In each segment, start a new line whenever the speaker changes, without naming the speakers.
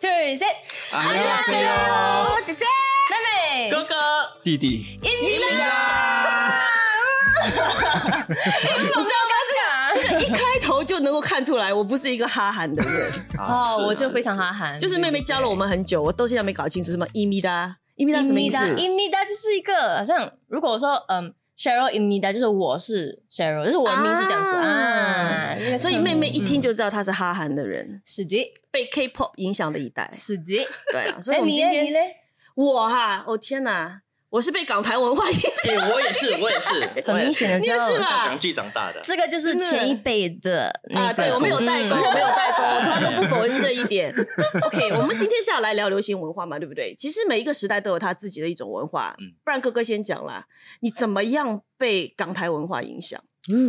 셋.
안녕하세요.
姐姐、妹妹、
哥哥，
弟弟，
呀，
你怎么知道
这个一 开头就能够看出来，我不是一个哈韩的人。
啊
哦，我就非常哈韩，
就是妹妹教了我们很久，我到现在没搞清楚什么伊米哒，伊米哒什么意思？
伊米达就是一个好像，如果我说嗯，Cheryl 伊米达，就是我是 Cheryl，就是我的名字这样子
啊
啊。嗯那个
所以妹妹一听就知道她是哈韩的人，
是的，
被 K-pop 影响的一 代。
是的。
对啊，所以
哎，
我们
你
今
呢？你
天
呢？
我哈，哦天哪，我是被港台文化影响。
姐，我也是，我也是，
很明显的，
你也是吧
看港剧长大的。
这个就是
真的
前一辈的
啊、
那个
对我没有代沟，
嗯
我没有代沟，我从来都不否认这一 点。OK，我们今天是要来聊流行文化嘛，对不对？其实每一个时代都有他自己的一种文化，
嗯
不然哥哥先讲啦，你怎么样被港台文化影响？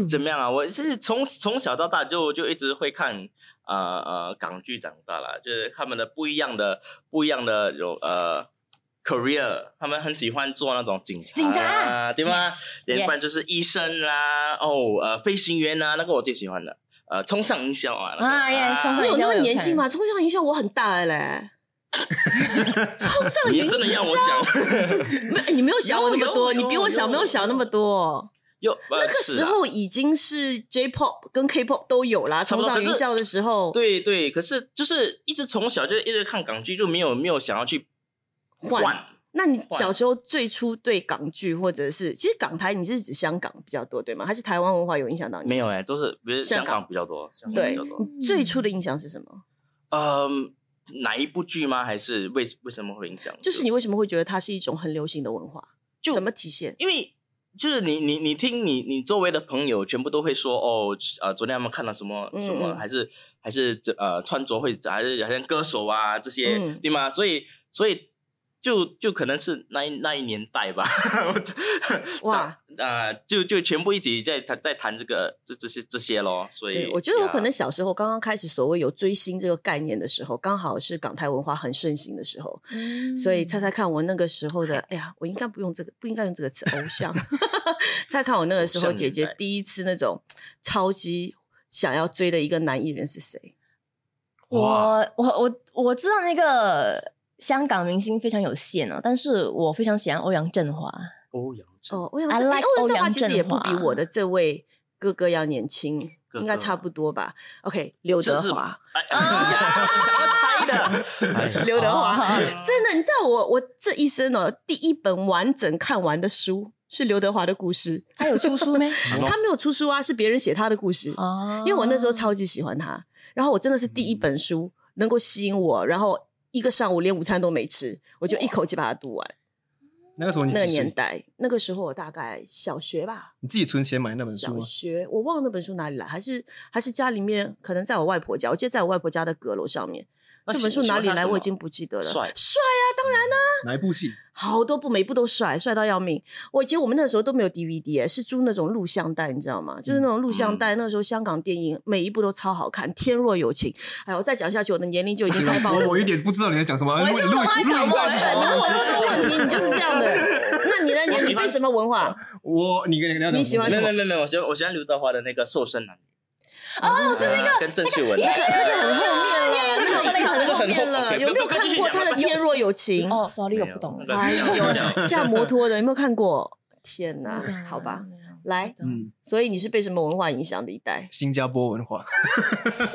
怎么样啊？我是从从小到大就就一直会看呃呃港剧长大啦，就是他们的不一样的不一样的有呃 career，他们很喜欢做那种警察、啊、
警察
对吗
Yes，
连贯
yes
就是医生啦、哦呃飞行员啊，那个我最喜欢的。呃，冲上云霄啊！那个
啊耶冲上
你
云
有
霄
那么
我有
年轻
看
吗？冲上云霄我很大了 嘞，冲上
你
云
真的要
霄
我讲？
没哎你没有小我那么多，
有有
你比我小
有
没有小那么多。
又呃啊那
那个时候已经是 J-pop 跟 K-pop 都有啦，
差不
冲
多
上云
可是
霄的时候
对对，可是就是一直从小就一直看港剧，就没有没有想要去
换
换。
那你小时候最初对港剧或者是，其实港台你是指香港比较多对吗？还是台湾文化有影响到你？
没有哎、都是不是
香
香
港
港比较多，香港
对
比较，多。
你最初的印象是什么？
嗯，哪一部剧吗？还是为为什么会影响？
就是你为什么会觉得它是一种很流行的文化？
就
怎么体现？
因为就是你你你听你你周围的朋友全部都会说哦，呃，昨天他们看到什么
嗯
什么，
嗯
还是还是这呃穿着会还是好像歌手啊这些、
嗯
对吗？所以所以就就可能是那一那一年代吧，
哇
长，呃，就就全部一起在谈在谈这个这这些这些咯，所以
对，我觉得我
呀
可能小时候刚刚开始所谓有追星这个概念的时候，刚好是港台文化很盛行的时候，所
嗯
以
嗯
猜猜看我那个时候的，哎呀，我应该不用这个，不应该用这个词，偶像。 猜猜看我那个时候
偶像
姐
年代
姐第一次那种超级想要追的一个男艺人是谁？
哇，
我我我我知道那个香港明星非常有限哦，但是我非常喜欢欧阳震华。
欧阳震
哦，欧阳
I
震，哎
like
欧阳
欧
震
阳
华其实
震
也不比
华
我的这位哥哥要年轻，
嗯哥
应该
哥
差不多吧？OK，刘德
这是
华，
哎 哎，想要猜的，哎呀
刘德华，
哦
真的，你知道我我这一生哦，第一本完整看完的书是刘德华的故事，
他有出书 没？
哦
他没有出书啊，是别人写他的故事。
哦
因为我那时候超级喜欢他，然后我真的是第一本
嗯
书能够吸引我，然后一个上午连午餐都没吃，我就一口气把它读完。
那个时候你
那个
几岁
年代，那个时候我大概小学吧，
你自己存钱买那本书啊
小
吗？
学我忘了那本书哪里来，还是还是家里面，可能在我外婆家，我记得在我外婆家的阁楼上面。
那
这本书
啊喜
哪里
喜欢他
来，
什么
我已经不记得了。
帅
帅啊，当然啦、
哪一 部戏？
好多部每一部都帅，帅到要命。我以前我们那时候都没有 DVD，、是租那种录像带，你知道吗？就是那种录像带，那时候香港电影每一部都超好看，《天若有情》。哎，我再讲下去，我的年龄就已经开爆
我
了。
我有点不知道你在讲什么。哎我
也是不懂在讲
录影带是什
你
么
问
东
我
西
那么多
哦
问题，你就是这样的。那你呢？你你被什么文化？
我你跟你聊讲什么
你喜欢
没
什
有
么
没有没有没有，我喜欢我喜欢刘德华的那个瘦身男女
哦，是那个
啊跟郑秀文
那个那个很后面了，哎那个已经很后面了。有没有看过他的《天若有情》？
哦，sorry，我不懂
没有。那个
哎呦，驾摩托的有没有看过？天
啊
哪，好吧，
没有，
来，
嗯，
所以你是被什么文化影响的一代？
新加坡文化。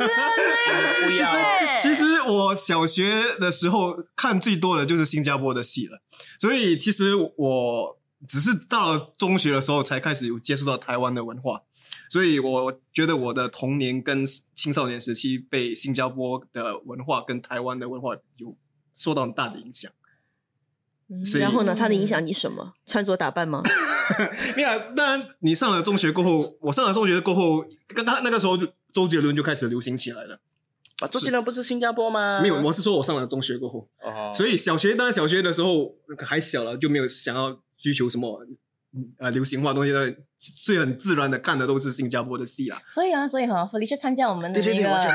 不
其
要
实其实我小学的时候看最多的就是新加坡的戏了，所以其实我只是到了中学的时候才开始有接触到台湾的文化，所以我觉得我的童年跟青少年时期被新加坡的文化跟台湾的文化有受到很大的影响。
嗯
所以
然后呢？它的影响你什么？穿着打扮吗？
没有啊，当然，你上了中学过后，我上了中学过后，跟他那个时候就周杰伦就开始流行起来了。
啊周杰伦不是新加坡吗？
没有，我是说我上了中学过后，
嗯哦，
所
以
以小学当然小学的时候还小了，就没有想要追求什么呃流行化东西，的，最很自然的看的都是新加坡的戏啦。
所以啊，所以哈，Felicia 参加我们的
对
那
对对我知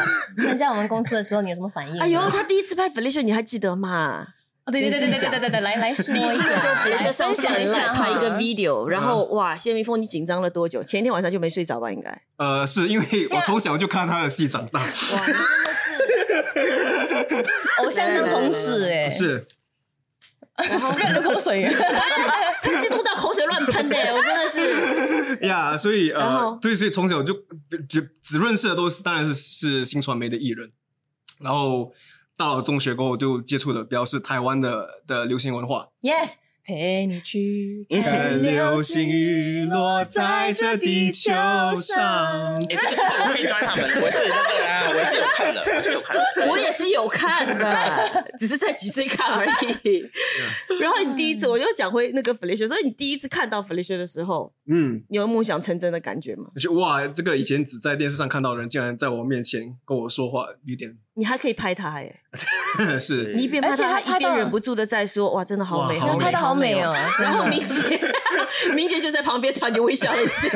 个参加我们公司的时候，你有什么反应？
哎呦，，他第一次拍《Felicia》，你还记得吗？
哦对对对对对对对对，来来说一
那时候
下，
Felicia
来
上
分享
线
一下
来
哈
拍一个 video，然后哇，谢明峰，你紧张了多久？前一天晚上就没睡着吧？应该
呃，是因为我从小就看他的戏长大，
哇，你真的是
偶像当同事哎、
是
我好热流口 水。
他激动到口水乱喷的，哎哦我真的是。
呀所以
然
呃
后，
对，所以从小就只只认识的都是当然是是新传媒的艺人，然后到了中学过后就接触的比较是台湾的的流行文化。
yes，陪你去
看哎流星雨落在这地球上。
哎，这个这个我可以转他们，我是那个啊，我是有看的，我是有看的。
我也是有看的， 嗯只是在几岁看而 已。然后你第一次，我就讲回那个 Felicia，所以你第一次看到 Felicia 的时候，
嗯，
你有梦想成真的感觉吗？
我就哇，这个以前只在电视上看到的人，竟然在我面前跟我说话，有点
你还可以拍她耶，
是
你一边拍她，
而且她
还一
拍到
边忍不住的在说：“哇，真的好
哇
美，
好美
拍的好美哦。，
然
真
后
的
明 杰，明杰就在旁边朝你微笑一下，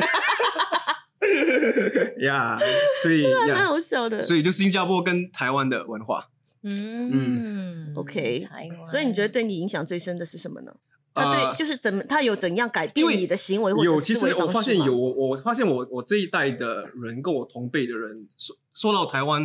呀，所 以
蛮
呀，
好笑的。
所以就新加坡跟台湾的文化，
嗯
OK
台湾
所以你觉得对你影响最深的是什么呢？他对，
呃，
就是怎么，他有怎样改
因
变
为
你的行为或
有
者
其
思维
实我
方
发现
式吗
有，我我发现我我这一代的人跟我同辈的人说说到台湾。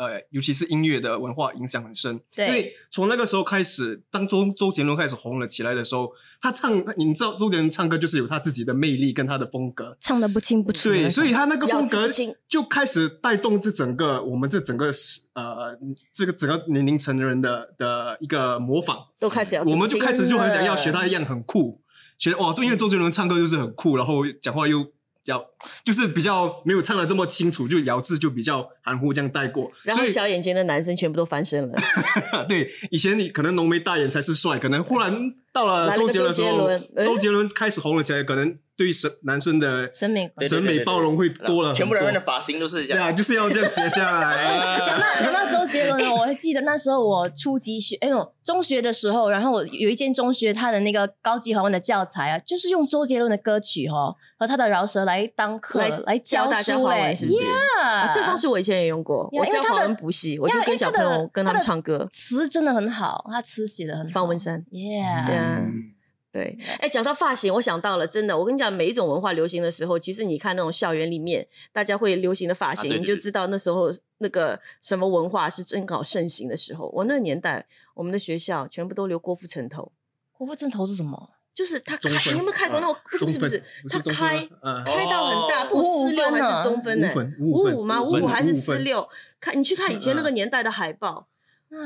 呃，尤其是音乐的文化影响很深，因
对
为从那个时候开始，当周周杰伦开始红了起来的时候，他唱，你知道周杰伦唱歌就是有他自己的魅力跟他的风格，
唱的不清不楚
对，
那种，
所以他那个
咬
风
字
格
不清
就开始带动这整个我们这整个时呃这个整个年龄层的人的的一个模仿，
都开始要，
我们就开始就很想要学他一样很酷，学
嗯
哇，就因为周杰伦唱歌就是很酷，然后讲话又。要就是比较没有唱的这么清楚，就咬字就比较含糊，这样带过。
然
所
后
以啊
小眼睛的男生全部都翻身了，
对，以前你可能浓眉大眼才是帅，可能忽然到
来
了
了个
周杰伦的时候
周杰，伦哎
周杰伦开始红了起来，可能对于审男生的
审美观
对对对
审美包容会多了很多。
全部人的发型都是这
对啊，
样。
就是要这样写下
哎
来。
啊
讲到 讲到周杰伦，哦我还记得那时候我初级学，哎呦，中学的时候，然后我有一间中学，它的那个高级华文的教材啊，就是用周杰伦的歌曲哦和他的饶舌来当课
来
来
教大家
书
华
哎
文，是不是？啊，
啊
这方式我以前也用过，
呀
我
因为
教
他的
华文补习，我
呀
就
因
跟
为
小
他
朋
的
友跟他
他
们
的
唱歌，
词真的很好，他词写的很好。
方文山。
，Yeah，
嗯，对，哎，讲到发型，我想到了，真的，我跟你讲，每一种文化流行的时候，其实你看那种校园里面大家会流行的发
啊
型，
对对
你就
对
知道那时候那个什么文化是正好盛行的时候。我那个年代，我们的学校全部都留郭富城头，
郭富城投资什么？
就是他开
中，分
你有没有开过那种？不是不是不
中
是他
分，中
开
分吗嗯
开到很大，
哦
不四六
五五分
还
啊
是中分呢
五分？
五
五分
五吗？
五
五
分
五还是
五
四
分
六？看你去看以前那个年代的海报，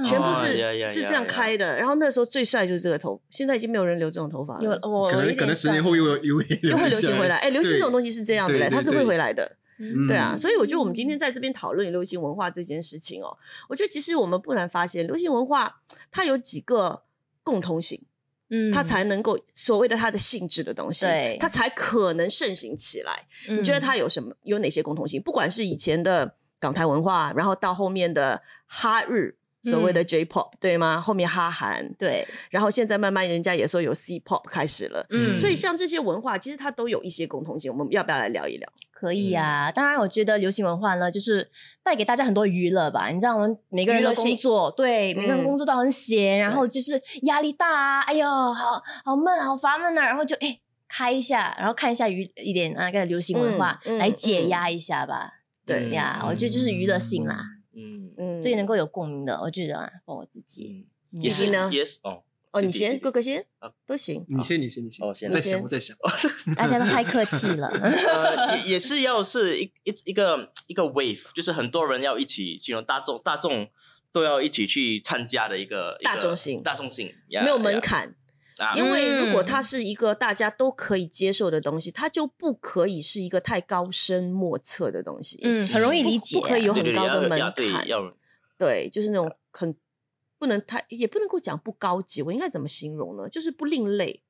全部
哦
是
呀呀
是
呀
这样
呀
开的。然后那时候最帅就是这个头，现在已经没有人留这种头发
有
了，
我
可
我有
能
点
可能十年
算
后又又又
又会流
起
行回来。哎，流行这种东
西，
西是这样的
对
嘞，
对
它是会
对
回
哦
来的。
嗯
对啊，所以我觉得我们今天在这边讨论流行文化这件事情哦，我觉得其实我们不难发现，流行文化它有几个共同性，
嗯，
它才能够所谓的它的性质的东西，
对
它才可能盛行起来。你
嗯
嗯
觉得它有什么有哪些共同性？不管是以前的港台文化，然后到后面的哈日。所谓
嗯
的 J-pop、对吗？后面哈韩，
对，
然后现在慢慢人家也说有 C-pop 开始了，
嗯，
所以像这些文化其实它都有一些共同性，我们要不要来聊一聊？
可以
嗯
啊，当然，我觉得流行文化呢，就是带给大家很多娱乐吧。你知道，我们每个人
娱乐
的
性
工作，对，每个人
嗯
工作都很闲，然后就是压力大啊，哎呦，好好闷，好乏闷啊，然后就哎开一下，然后看一下娱一点那个流行文化、
嗯嗯
来解压一下吧。
对
嗯
呀，我觉得就是娱乐性啦，
嗯，
嗯，
最能够有共鸣的，我觉得啊，帮我自己。
嗯也是
你 呢
也是哦，
哦，你
弟弟
先，
弟弟
哥哥先
啊，
都行。
嗯
你先，你先，你先，
哦先
我在
你先
想，我在想，
大家都太客气 了，
呃，也也是要是一一一个一个 wave，就是很多人要一起，这种大众大众都要一起去参加的一个一个
大众性
大众性
没有门槛，
啊，
因为如果
嗯
它是一个大家都可以接受的东西，它就不可以是一个太高深莫测的东西。，
嗯，很容易
不
理解。
不可以有
对
很
对
高的
要
门
要对
槛
要
对，就是那种很不能太，也不能够讲不高级，我应该怎么形容呢？就是不另类。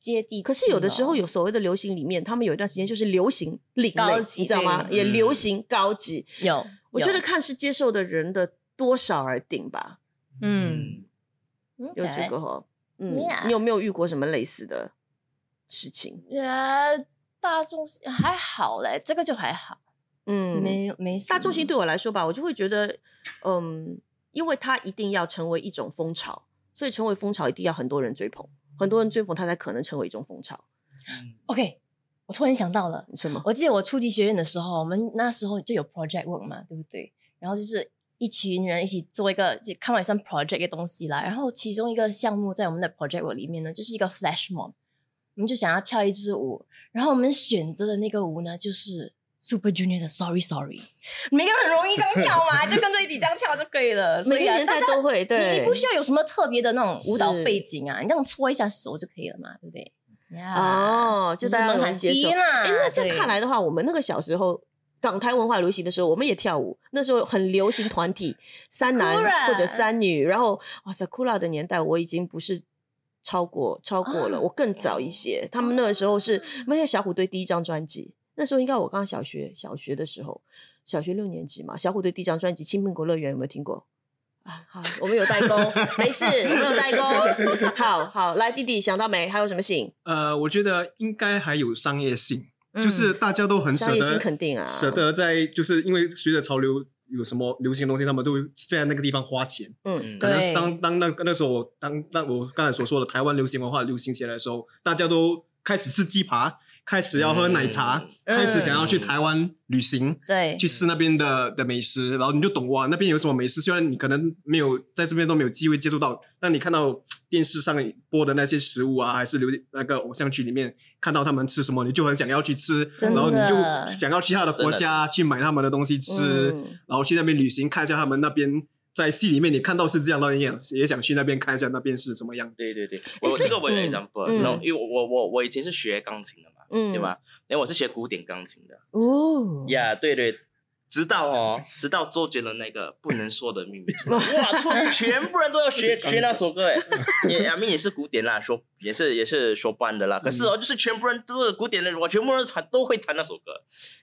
接地气。
可是有的时候，有所谓的流行里面，他们有一段时间就是流行另
哦高
类，
级
你知道吗？
对
也流
嗯
行高级。
有，
我觉
有
得，看是接受的人的多少而定吧，
嗯，
有这
OK
个哈。嗯
Yeah
你有没有遇过什么类似的事情？
呃，大众性还好嘞，这个就还好，
嗯，
没有没
大众性
对
对我来说吧，我就会觉得，嗯，因为它一定要成为一种风潮，所以成为风潮一定要很多人追捧，很多人追捧它才可能成为一种风潮。
OK，我突然想到了，
什么？
我记得我初级学院的时候，我们那时候就有 project work 嘛，对不对？然后就是一群人一起做一个看完算 project 的东西啦。然后其中一个项目在我们的 project 里面呢，就是一个 flash mob，我们就想要跳一支舞，然后我们选择的那个舞呢，就是 Super Junior 的 Sorry Sorry，每个人很容易这样跳嘛，就跟着一起这样跳就可以了。所
每
以
个
啊
年
大
代
家
都会对，
你你不需要有什么特别的那种舞蹈
是
背景啊，你这样搓一下手就可以了嘛，对不对？Yeah，
哦，就
就
大
是
家
门
能
槛
接
低
受。
啦。
哎，那这样
对
看来的话，我们那个小时候港台文化流行的时候，我们也跳舞，那时候很流行团体，三男
Sakura
或者三女。然后哇塞，Kula 的年代我已经不是。超过超过了，
啊哦
我更早一些。他们那个时候是那些小虎队第一张专辑，那时候应该我刚小学小学的时候，小学六年级嘛。小虎队第一张专辑《青苹果乐园》有没有听过？啊，好，我们有代沟， 没事，我们有代沟。 好好，来弟弟想到没？还有什么醒？
呃，我觉得应该还有商业性，
嗯
就是大家都很舍
商业性
得，
肯定啊，
舍得在，就是因为随着潮流有什么流行的东西，他们都会在那个地方花钱。
嗯，
可
对
能当当那那时候我当当我刚才所说的台湾流行文化流行起来的时候，大家都开始吃鸡扒，开始要喝奶茶，
嗯
开始想要去台湾旅行。
对
去吃那边的的美食，然后你就懂哇，那边有什么美食？虽然你可能没有在这边都没有机会接触到，但你看到电视上播的那些食物啊，还是流那个偶像剧里面看到他们吃什么，你就很想要去吃，
真
然
的
后你就想要去他的国家去买他们的东西吃，
嗯
然后去那边旅行，看一下他们那边在戏里面你看到是这样，然后你也也想去那边看一下那边是什么样子。
对对对，我
所以
这个我有
嗯
example，
嗯
然后因为我我我我以前是学钢琴的嘛，
嗯
对？吧？因为我是学古典钢琴的，
哦
呀对对。直到哦，直到周杰伦那个不能说的秘密出来，哇！突然全部人都要学学那首歌，哎，也阿明也是古典啦，说也是也是说班的啦。可是哦，就是全部人都是古典的，我全部人弹都会弹那首歌，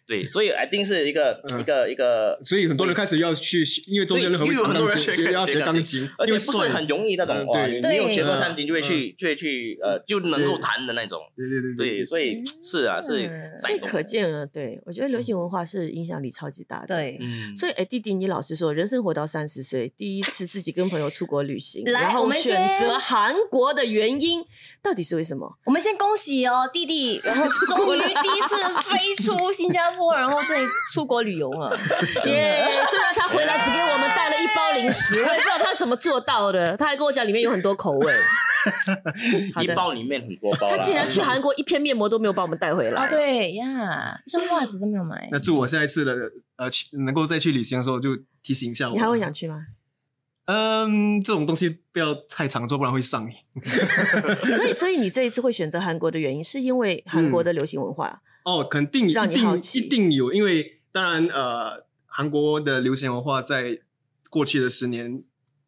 对，所以 I think 是一个
嗯
一个一个
所以很多人开始要去，因为周杰伦很会
对又有
弹
很多
钢
人
琴，
学
也要学钢琴，
而且
又
不
帅
是很容易那种
嗯
哇，
对
你没有
对
学过
嗯
钢琴就会去就会去呃就能够弹的那种，
对对对
对，所以是啊是
嗯，
所以
蛮
可见了，对我觉得流行文化是影响力超级大的。，
对。
嗯，
所以哎，弟弟，你老实说，人生活到三十岁，第一次自己跟朋友出国旅行，
来
然
我
后
们
选
先
择韩国的原因到底是为什么？
我们先恭喜哦，弟弟，然后终于第一次飞出新加坡，然后这里出国旅游了。
耶！虽然他回来只给我们带了一包零食，我也不知道他怎么做到的。他还跟我讲里面有很多口 味，好
一
的
包里面很多包啦，嗯
他竟然去韩国一片面膜都没有把我们带回来
啊，。对呀，一双袜子都没有买。
那祝我下一次的呃去能够再去旅行的时候就提醒一下我。
你还会想去吗？
嗯，这种东西不要太常做，不然会上瘾。
所以，所以你这一次会选择韩国的原因，是因为韩国的流行文化，
哦，肯定一
让你好
定
奇
一定有，因为当然呃，韩国的流行文化在过去的十年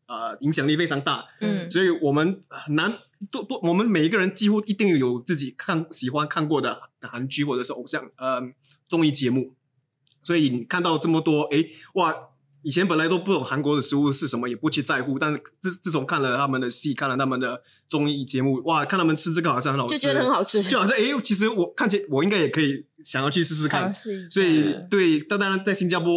呃影响力非常大，
嗯
所以我们很难多多，我们每一个人几乎一定有自己看喜欢看过的韩剧或者是偶像呃综艺节目，所以你看到这么多，诶，哇！以前本来都不懂韩国的食物是什么，也不去在乎，但是自自从看了他们的戏，看了他们的综艺节目，哇，看他们吃这个好像很好吃，
就觉得很好吃。
就好像诶，其实我看起我应该也可以想要去试试看
尝，试一下。
所以对，但当然在新加坡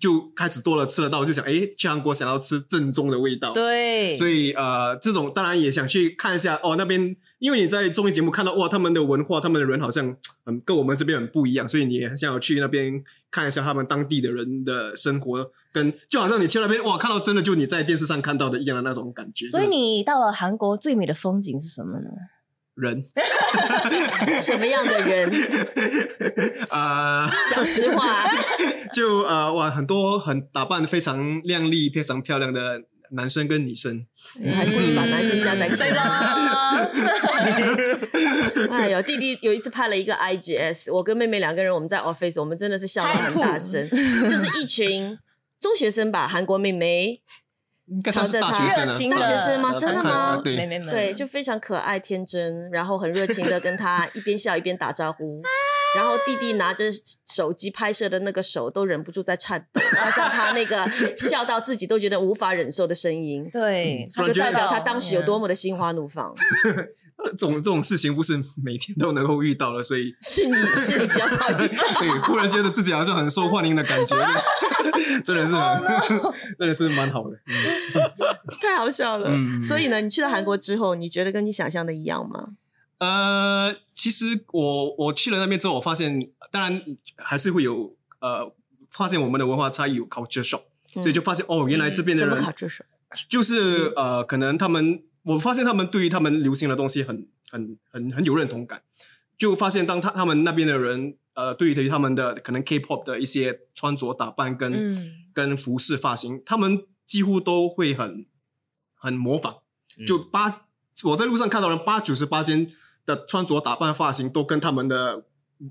就开始多了吃得到，就想诶，去韩国想要吃正宗的味道，
对，
所以呃，这种当然也想去看一下哦，那边因为你在综艺节目看到哇，他们的文化，他们的人好像嗯跟我们这边很不一样，所以你也很想要去那边看一下他们当地的人的生活，跟就好像你去那边哇，看到真的就你在电视上看到的一样的那种感觉，
所以你到了韩国最美的风景是什么呢？
人
什么样的 人？
啊。呃
讲实话，
就呃哇，很多很打扮得非常靓丽、非常漂亮的男生跟女生，
你还故意把男生加在一起
对。啦，
啊
哎呦，弟弟有一次拍了一个 IGS，我跟妹妹两个人，我们在 office，我们真的是笑得很大声，就是一群中学生吧，韩国妹妹，
应该算是大
朝着
学
他
热
生了。
情
大
的
学生吗？
呃
真的
看
吗
看？对
妹妹们，
对，就非常可爱天真，然后很热情的跟他一边笑一边打招 呼，然后弟弟拿着手机拍摄的那个手都忍不住在颤抖，加上他那个笑到自己都觉得无法忍受的声音，
对，
嗯突然
就
觉
代
得嗯
表他当时有多么的心花怒放。
这种这种事情不是每天都能够遇到的，所以
是 你是你比较少遇到，
对，忽然觉得自己好像很受欢迎的感觉， 真的是很， 真的是蛮好的。嗯
太好笑了。
嗯
所以呢，你去了韩国之后，你觉得跟你想象的一样吗？
呃，其实我我去了那边之后，我发现当然还是会有呃，发现我们的文化差异有 culture shock，
嗯
所以就发现哦，原来这边的
嗯什么
人
卡制式？
嗯
就是呃，可能他们我发现他们对于他们流行的东西很很很很有认同感，就发现当他他们那边的人呃，对于他们的可能 K-pop 的一些穿着打扮跟、
嗯
跟服饰发型，他们几乎都会很很模仿，
嗯
就八、我在路上看到人八九十八间的穿着打扮发型都跟他们的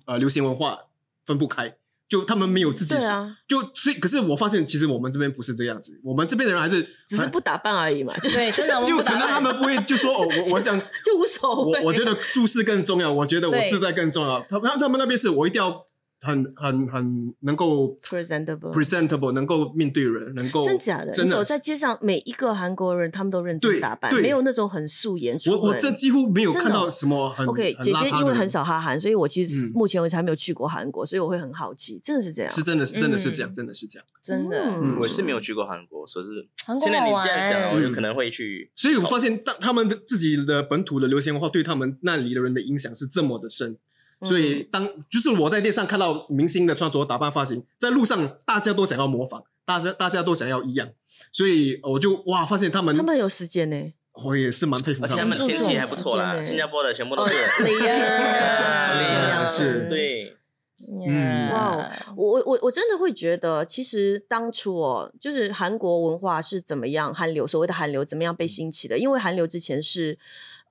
呃流行文化分不开。就他们没有自己，
对啊
就所以，可是我发现，其实我们这边不是这样子，我们这边的人还是哎
只是
很
不打扮而已嘛，就
对，真的，我们
就
不
可
打
能他
扮
们不会就说哦，我我想
就无所
我
谓。
我觉得舒适更重要，我觉得我
对
自在更重要。他们他们那边是我一定要很很很能够
presentable，
presentable，能够面对人，能够
真假的？
真
你走
的
在街上，每一个韩国人他们都认真
对
打扮，
对
没有那种很素颜出门。
我我这几乎没有看
真的
到
哦
什么很
OK，
很
姐
邋
姐
遢的
因为
人
很少哈韩，所以我其实
嗯
目前为止还没有去过韩国，所以我会很好奇，真的是这样？
是真的是真的是这样，
嗯
真的是这样。
真的，
嗯
我是没有去过韩国，所以是
韩国
现在你
好
这样讲，哦
玩
我有可能会去。
所以我发现，当他们的自己的本土的流行文化对他们那里的人的影响是这么的深。所以
嗯
当就是我在电视上看到明星的穿着打扮发型，在路上大家都想要模仿，大家大家都想要一样，所以我就哇发现他们，
他们有时间 呢，
我也是蛮佩服
而且他
们
们
的。
天气还不错
这
啦，
种时间欸
新加坡的全部都是
哦 啊
啊
呀，
是
对，
嗯
哇我我我真的会觉得，其实当初哦，就是韩国文化是怎么样，韩流所谓的韩流怎么样被兴起的？因为韩流之前是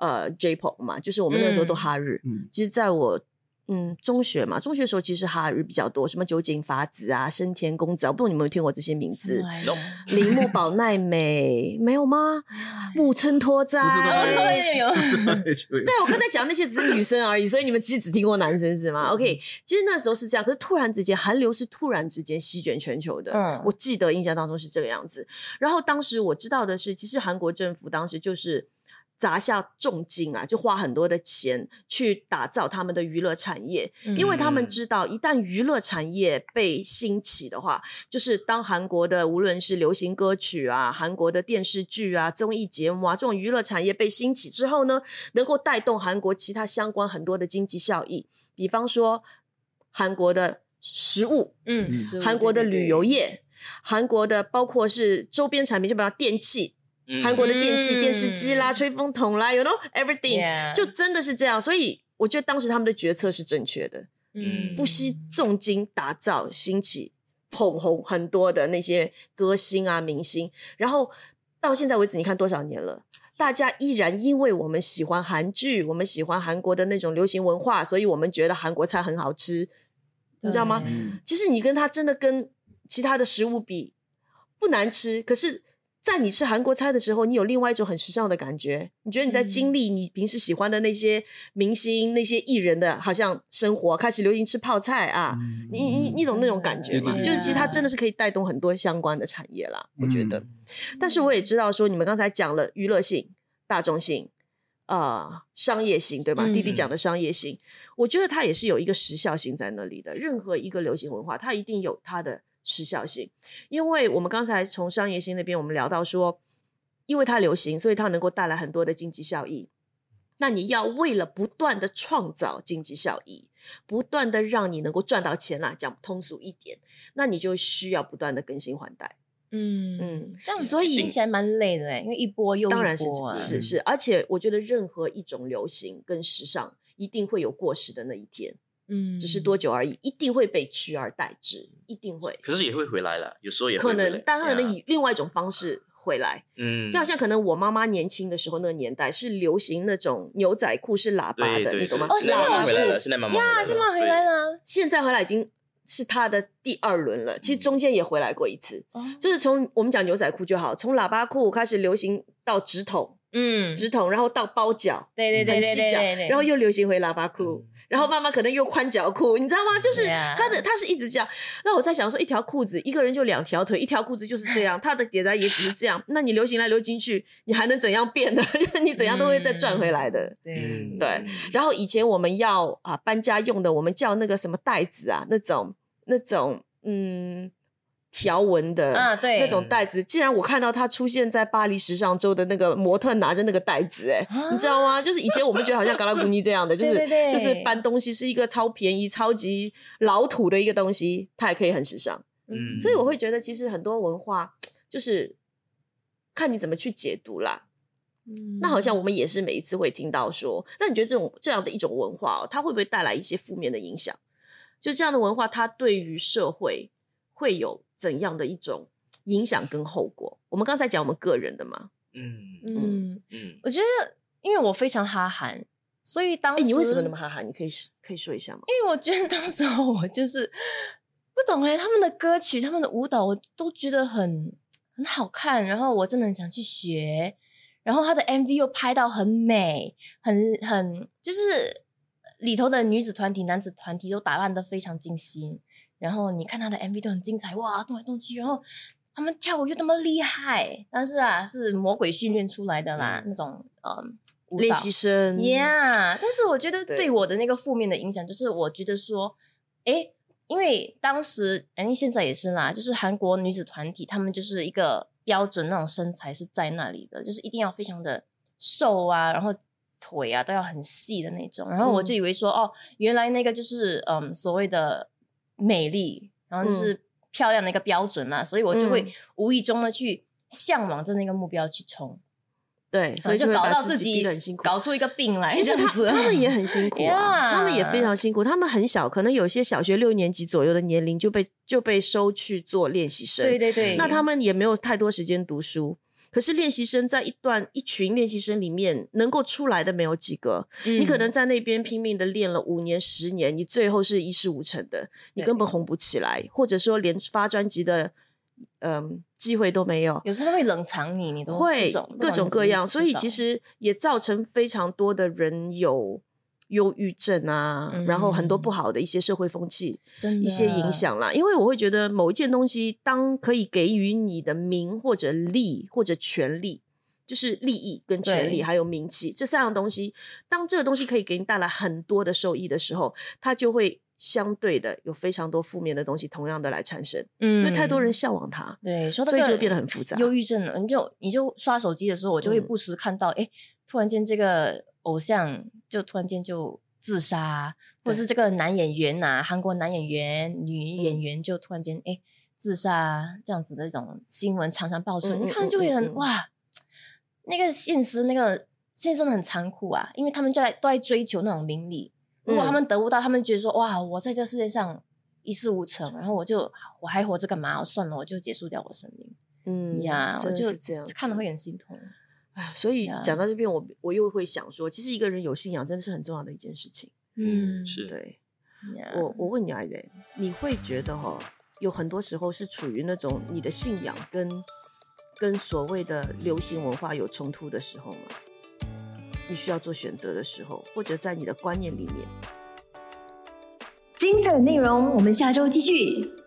呃 J-pop 嘛，就是我们那个时候都
嗯
哈日。
嗯
其实在我嗯中学嘛，中学的时候其实哈日比较多，什么酒井法子啊、生田公子啊，我不知道你们有没有听过这些名字。
哦
铃木保奈美没有吗？ 木村拓哉，
不知道
我
哎
是后面有，
对，我刚才讲那些只是女生而已，所以你们其实只听过男生是吗？OK，其啊实那时候是这样，可是突然之间，韩流是突然之间席卷全球的。
嗯
我记得印象当中是这个样子。然后当时我知道的是，其实韩国政府当时就是。砸下重金啊，就花很多的钱去打造他们的娱乐产业，因为他们
嗯
知道，一旦娱乐产业被兴起的话，就是当韩国的无论是流行歌曲啊、韩国的电视剧啊、综艺节目啊这种娱乐产业被兴起之后呢，能够带动韩国其他相关很多的经济效益，比方说韩国的食物、
嗯，
韩国的旅游业、韩国的包括是周边产品，就比方电
嗯
器，韩国的电器、
嗯
电视机啦、吹风筒啦，you know everything，、
Yeah
就真的是这样。所以我觉得当时他们的决策是正确的。
嗯
不惜重金打造兴起捧红很多的那些歌星啊明星，然后到现在为止，你看多少年了，大家依然因为我们喜欢韩剧，我们喜欢韩国的那种流行文化，所以我们觉得韩国菜很好吃，你知道吗？
嗯
其实你跟它真的跟其他的食物比不难吃，可是。在你吃韩国菜的时候，你有另外一种很时尚的感觉。你觉得你在经历你平时喜欢的那些明星、那些艺人的，好像生活开始流行吃泡菜啊，你你你懂那种感觉
对对
吗？
对
就是其实它
对
真的是可以带动很多相关的产业啦，我觉得
嗯。
但是我也知道说，你们刚才讲了娱乐性、大众性、呃商业性，对吧？
嗯
弟弟讲的商业性，我觉得它也是有一个时效性在那里的。任何一个流行文化，它一定有它的时效性，因为我们刚才从商业性那边我们聊到说，因为它流行，所以它能够带来很多的经济效益。那你要为了不断的创造经济效益，不断的让你能够赚到钱啦、讲通俗一点，那你就需要不断的更新换代。
嗯嗯，
嗯，
这样
所以
听起来蛮累
欸
的哎，因为一波又一波，
当然是
啊
是是，而且我觉得任何一种流行跟时尚一定会有过时的那一天，
嗯，
只是多久而已，一定会被取而代之，一定会，
可是也会回来了，有时候也
可
会回
能
来，
当然能
呀
以另外一种方式回
啊
来。
嗯，
就好像可能我妈妈年轻的时候那个年代是流行那种牛仔裤是喇叭
对
的，
对
你懂吗？
哦
对
现在
慢慢
我
回来
是
了，现在慢慢
呀，
现
先
在
慢回来了，
现在回来已经是她的第二轮了，其实
嗯
中间也回来过一次，
哦
就是从我们讲牛仔裤就好，从喇叭裤开始流行到直筒，
嗯，
直筒，然后到包脚，
对对对
很
对
细
对
脚
对对，，嗯
然后又流行回喇叭裤。然后慢慢可能又宽脚裤，你知道吗？就是
啊
它的，它是一直这样。那我在想说，一条裤子一个人就两条腿，一条裤子就是这 样，它的叠加也只是这样。那你流行来流行去，你还能怎样变呢？ 就是你怎样都会再转
嗯
回来的。
对
嗯
对然后以前我们要啊搬家用的，我们叫那个什么袋子啊，那种那种嗯条纹的
啊对
那种袋子。竟然我看到它出现在巴黎时尚周的那个模特拿着那个袋子、哎、
啊
你知道吗？就是以前我们觉得好像嘎拉古尼 这样的，就是
对对对
就是搬东西是一个超便宜、超级老土的一个东西，它也可以很时尚。
嗯
所以我会觉得，其实很多文化就是看你怎么去解读啦。那好像
嗯
我们也是每一次会听到说，那你觉得这种这样的一种文化、哦，它会不会带来一些负面的影响？就这样的文化，它对于社会会有怎样的一种影响跟后果？我们刚才讲我们个人的嘛，
嗯嗯
嗯，
嗯，
我觉得因为我非常哈韩，所以当
哎、
时
你为什么那么哈哈？你可以可以说一下吗？
因为我觉得当时候我就是不懂哎、他们的歌曲、他们的舞蹈，我都觉得很很好看，然后我真的很想去学。然后他的 MV 又拍到很美，很很就是里头的女子团体、男子团体都打扮的非常精心。然后你看他的 MV 都很精彩，哇，动来动去，然后他们跳舞又那么厉害，但是啊，是魔鬼训练出来的啦，那种嗯舞蹈
练习生
Yeah，但是我觉得
对
对我的那个负面的影响，就是我觉得说，诶，因为当时，哎，现在也是啦，就是韩国女子团体，她们就是一个标准那种身材是在那里的，就是一定要非常的瘦啊，然后腿啊都要很细的那种。然后我
嗯
就以为说，哦，原来那个就是嗯所谓的美丽，然后就是漂亮的一个标准啦，所以我就会
嗯
无意中的去向往着那个目标去冲，
对，所
所呃
以
以就
会
搞
把
到
自
己
逼得很辛苦，
搞出一个病来。
其实
这样
他
子
他 们也很辛苦啊
Yeah
他们也非常辛苦。他们很小，可能有些小学六年级左右的年龄就被就被收去做练习生。
对对对，
那他们也没有太多时间读书。可是练习生在一段一群练习生里面能够出来的没有几个，
嗯
你可能在那边拼命的练了五年、十年，你最后是一事无成的，你
对
根本红不起来，或者说连发专辑的嗯、机会都没有。
有时候会冷藏你，你都
会
不懂
各种各样，所以其。
不懂知不知道
实也造成非常多的人有忧郁症啊，
嗯
然后很多不好的一些社会风气、
真的
一些影，响啦。因为我会觉得某一件东西，当可以给予你的名或者利或者权利。就是利益跟权利，
对
还有名气这三样东西，当这个东西可以给你带来很多的受益的时候，它就会相对的有非常多负面的东西，同样的来产生，
嗯
因为太多人向往它，
对，说到
所以
这
就
个
会变得很复杂。
忧郁症了。你就你就刷手机的时候，我就会
嗯
不时看到，哎、突然间这个偶像就突然间就自杀啊，或者是这个男演员呐、韩国男演员、女
嗯
演员就突然间哎、诶自杀啊，这样子的那种新闻常常爆出来，
嗯嗯
你看了就会很、
嗯嗯嗯
哇，那个现实那个现实真的很残酷啊，因为他们就在都在追求那种名利，如
嗯
果他们得不到，他们觉得说哇，我在这世界上。一事无成，然后我就我还活着干嘛？哦算了，我就结束掉我生命。
嗯
呀，我
真的
就是
这样子，
看了会很心痛。
唉所以
呀
讲到这边，我我又会想说，其实一个人有信仰真的是很重要的一件事情。
嗯是
对，
呀
我我问你啊，人，你会觉得哈、有很多时候是处于那种你的信仰跟跟所谓的流行文化有冲突的时候吗？你需要做选择的时候，或者在你的观念里面，
精彩的内容，我们下周继续。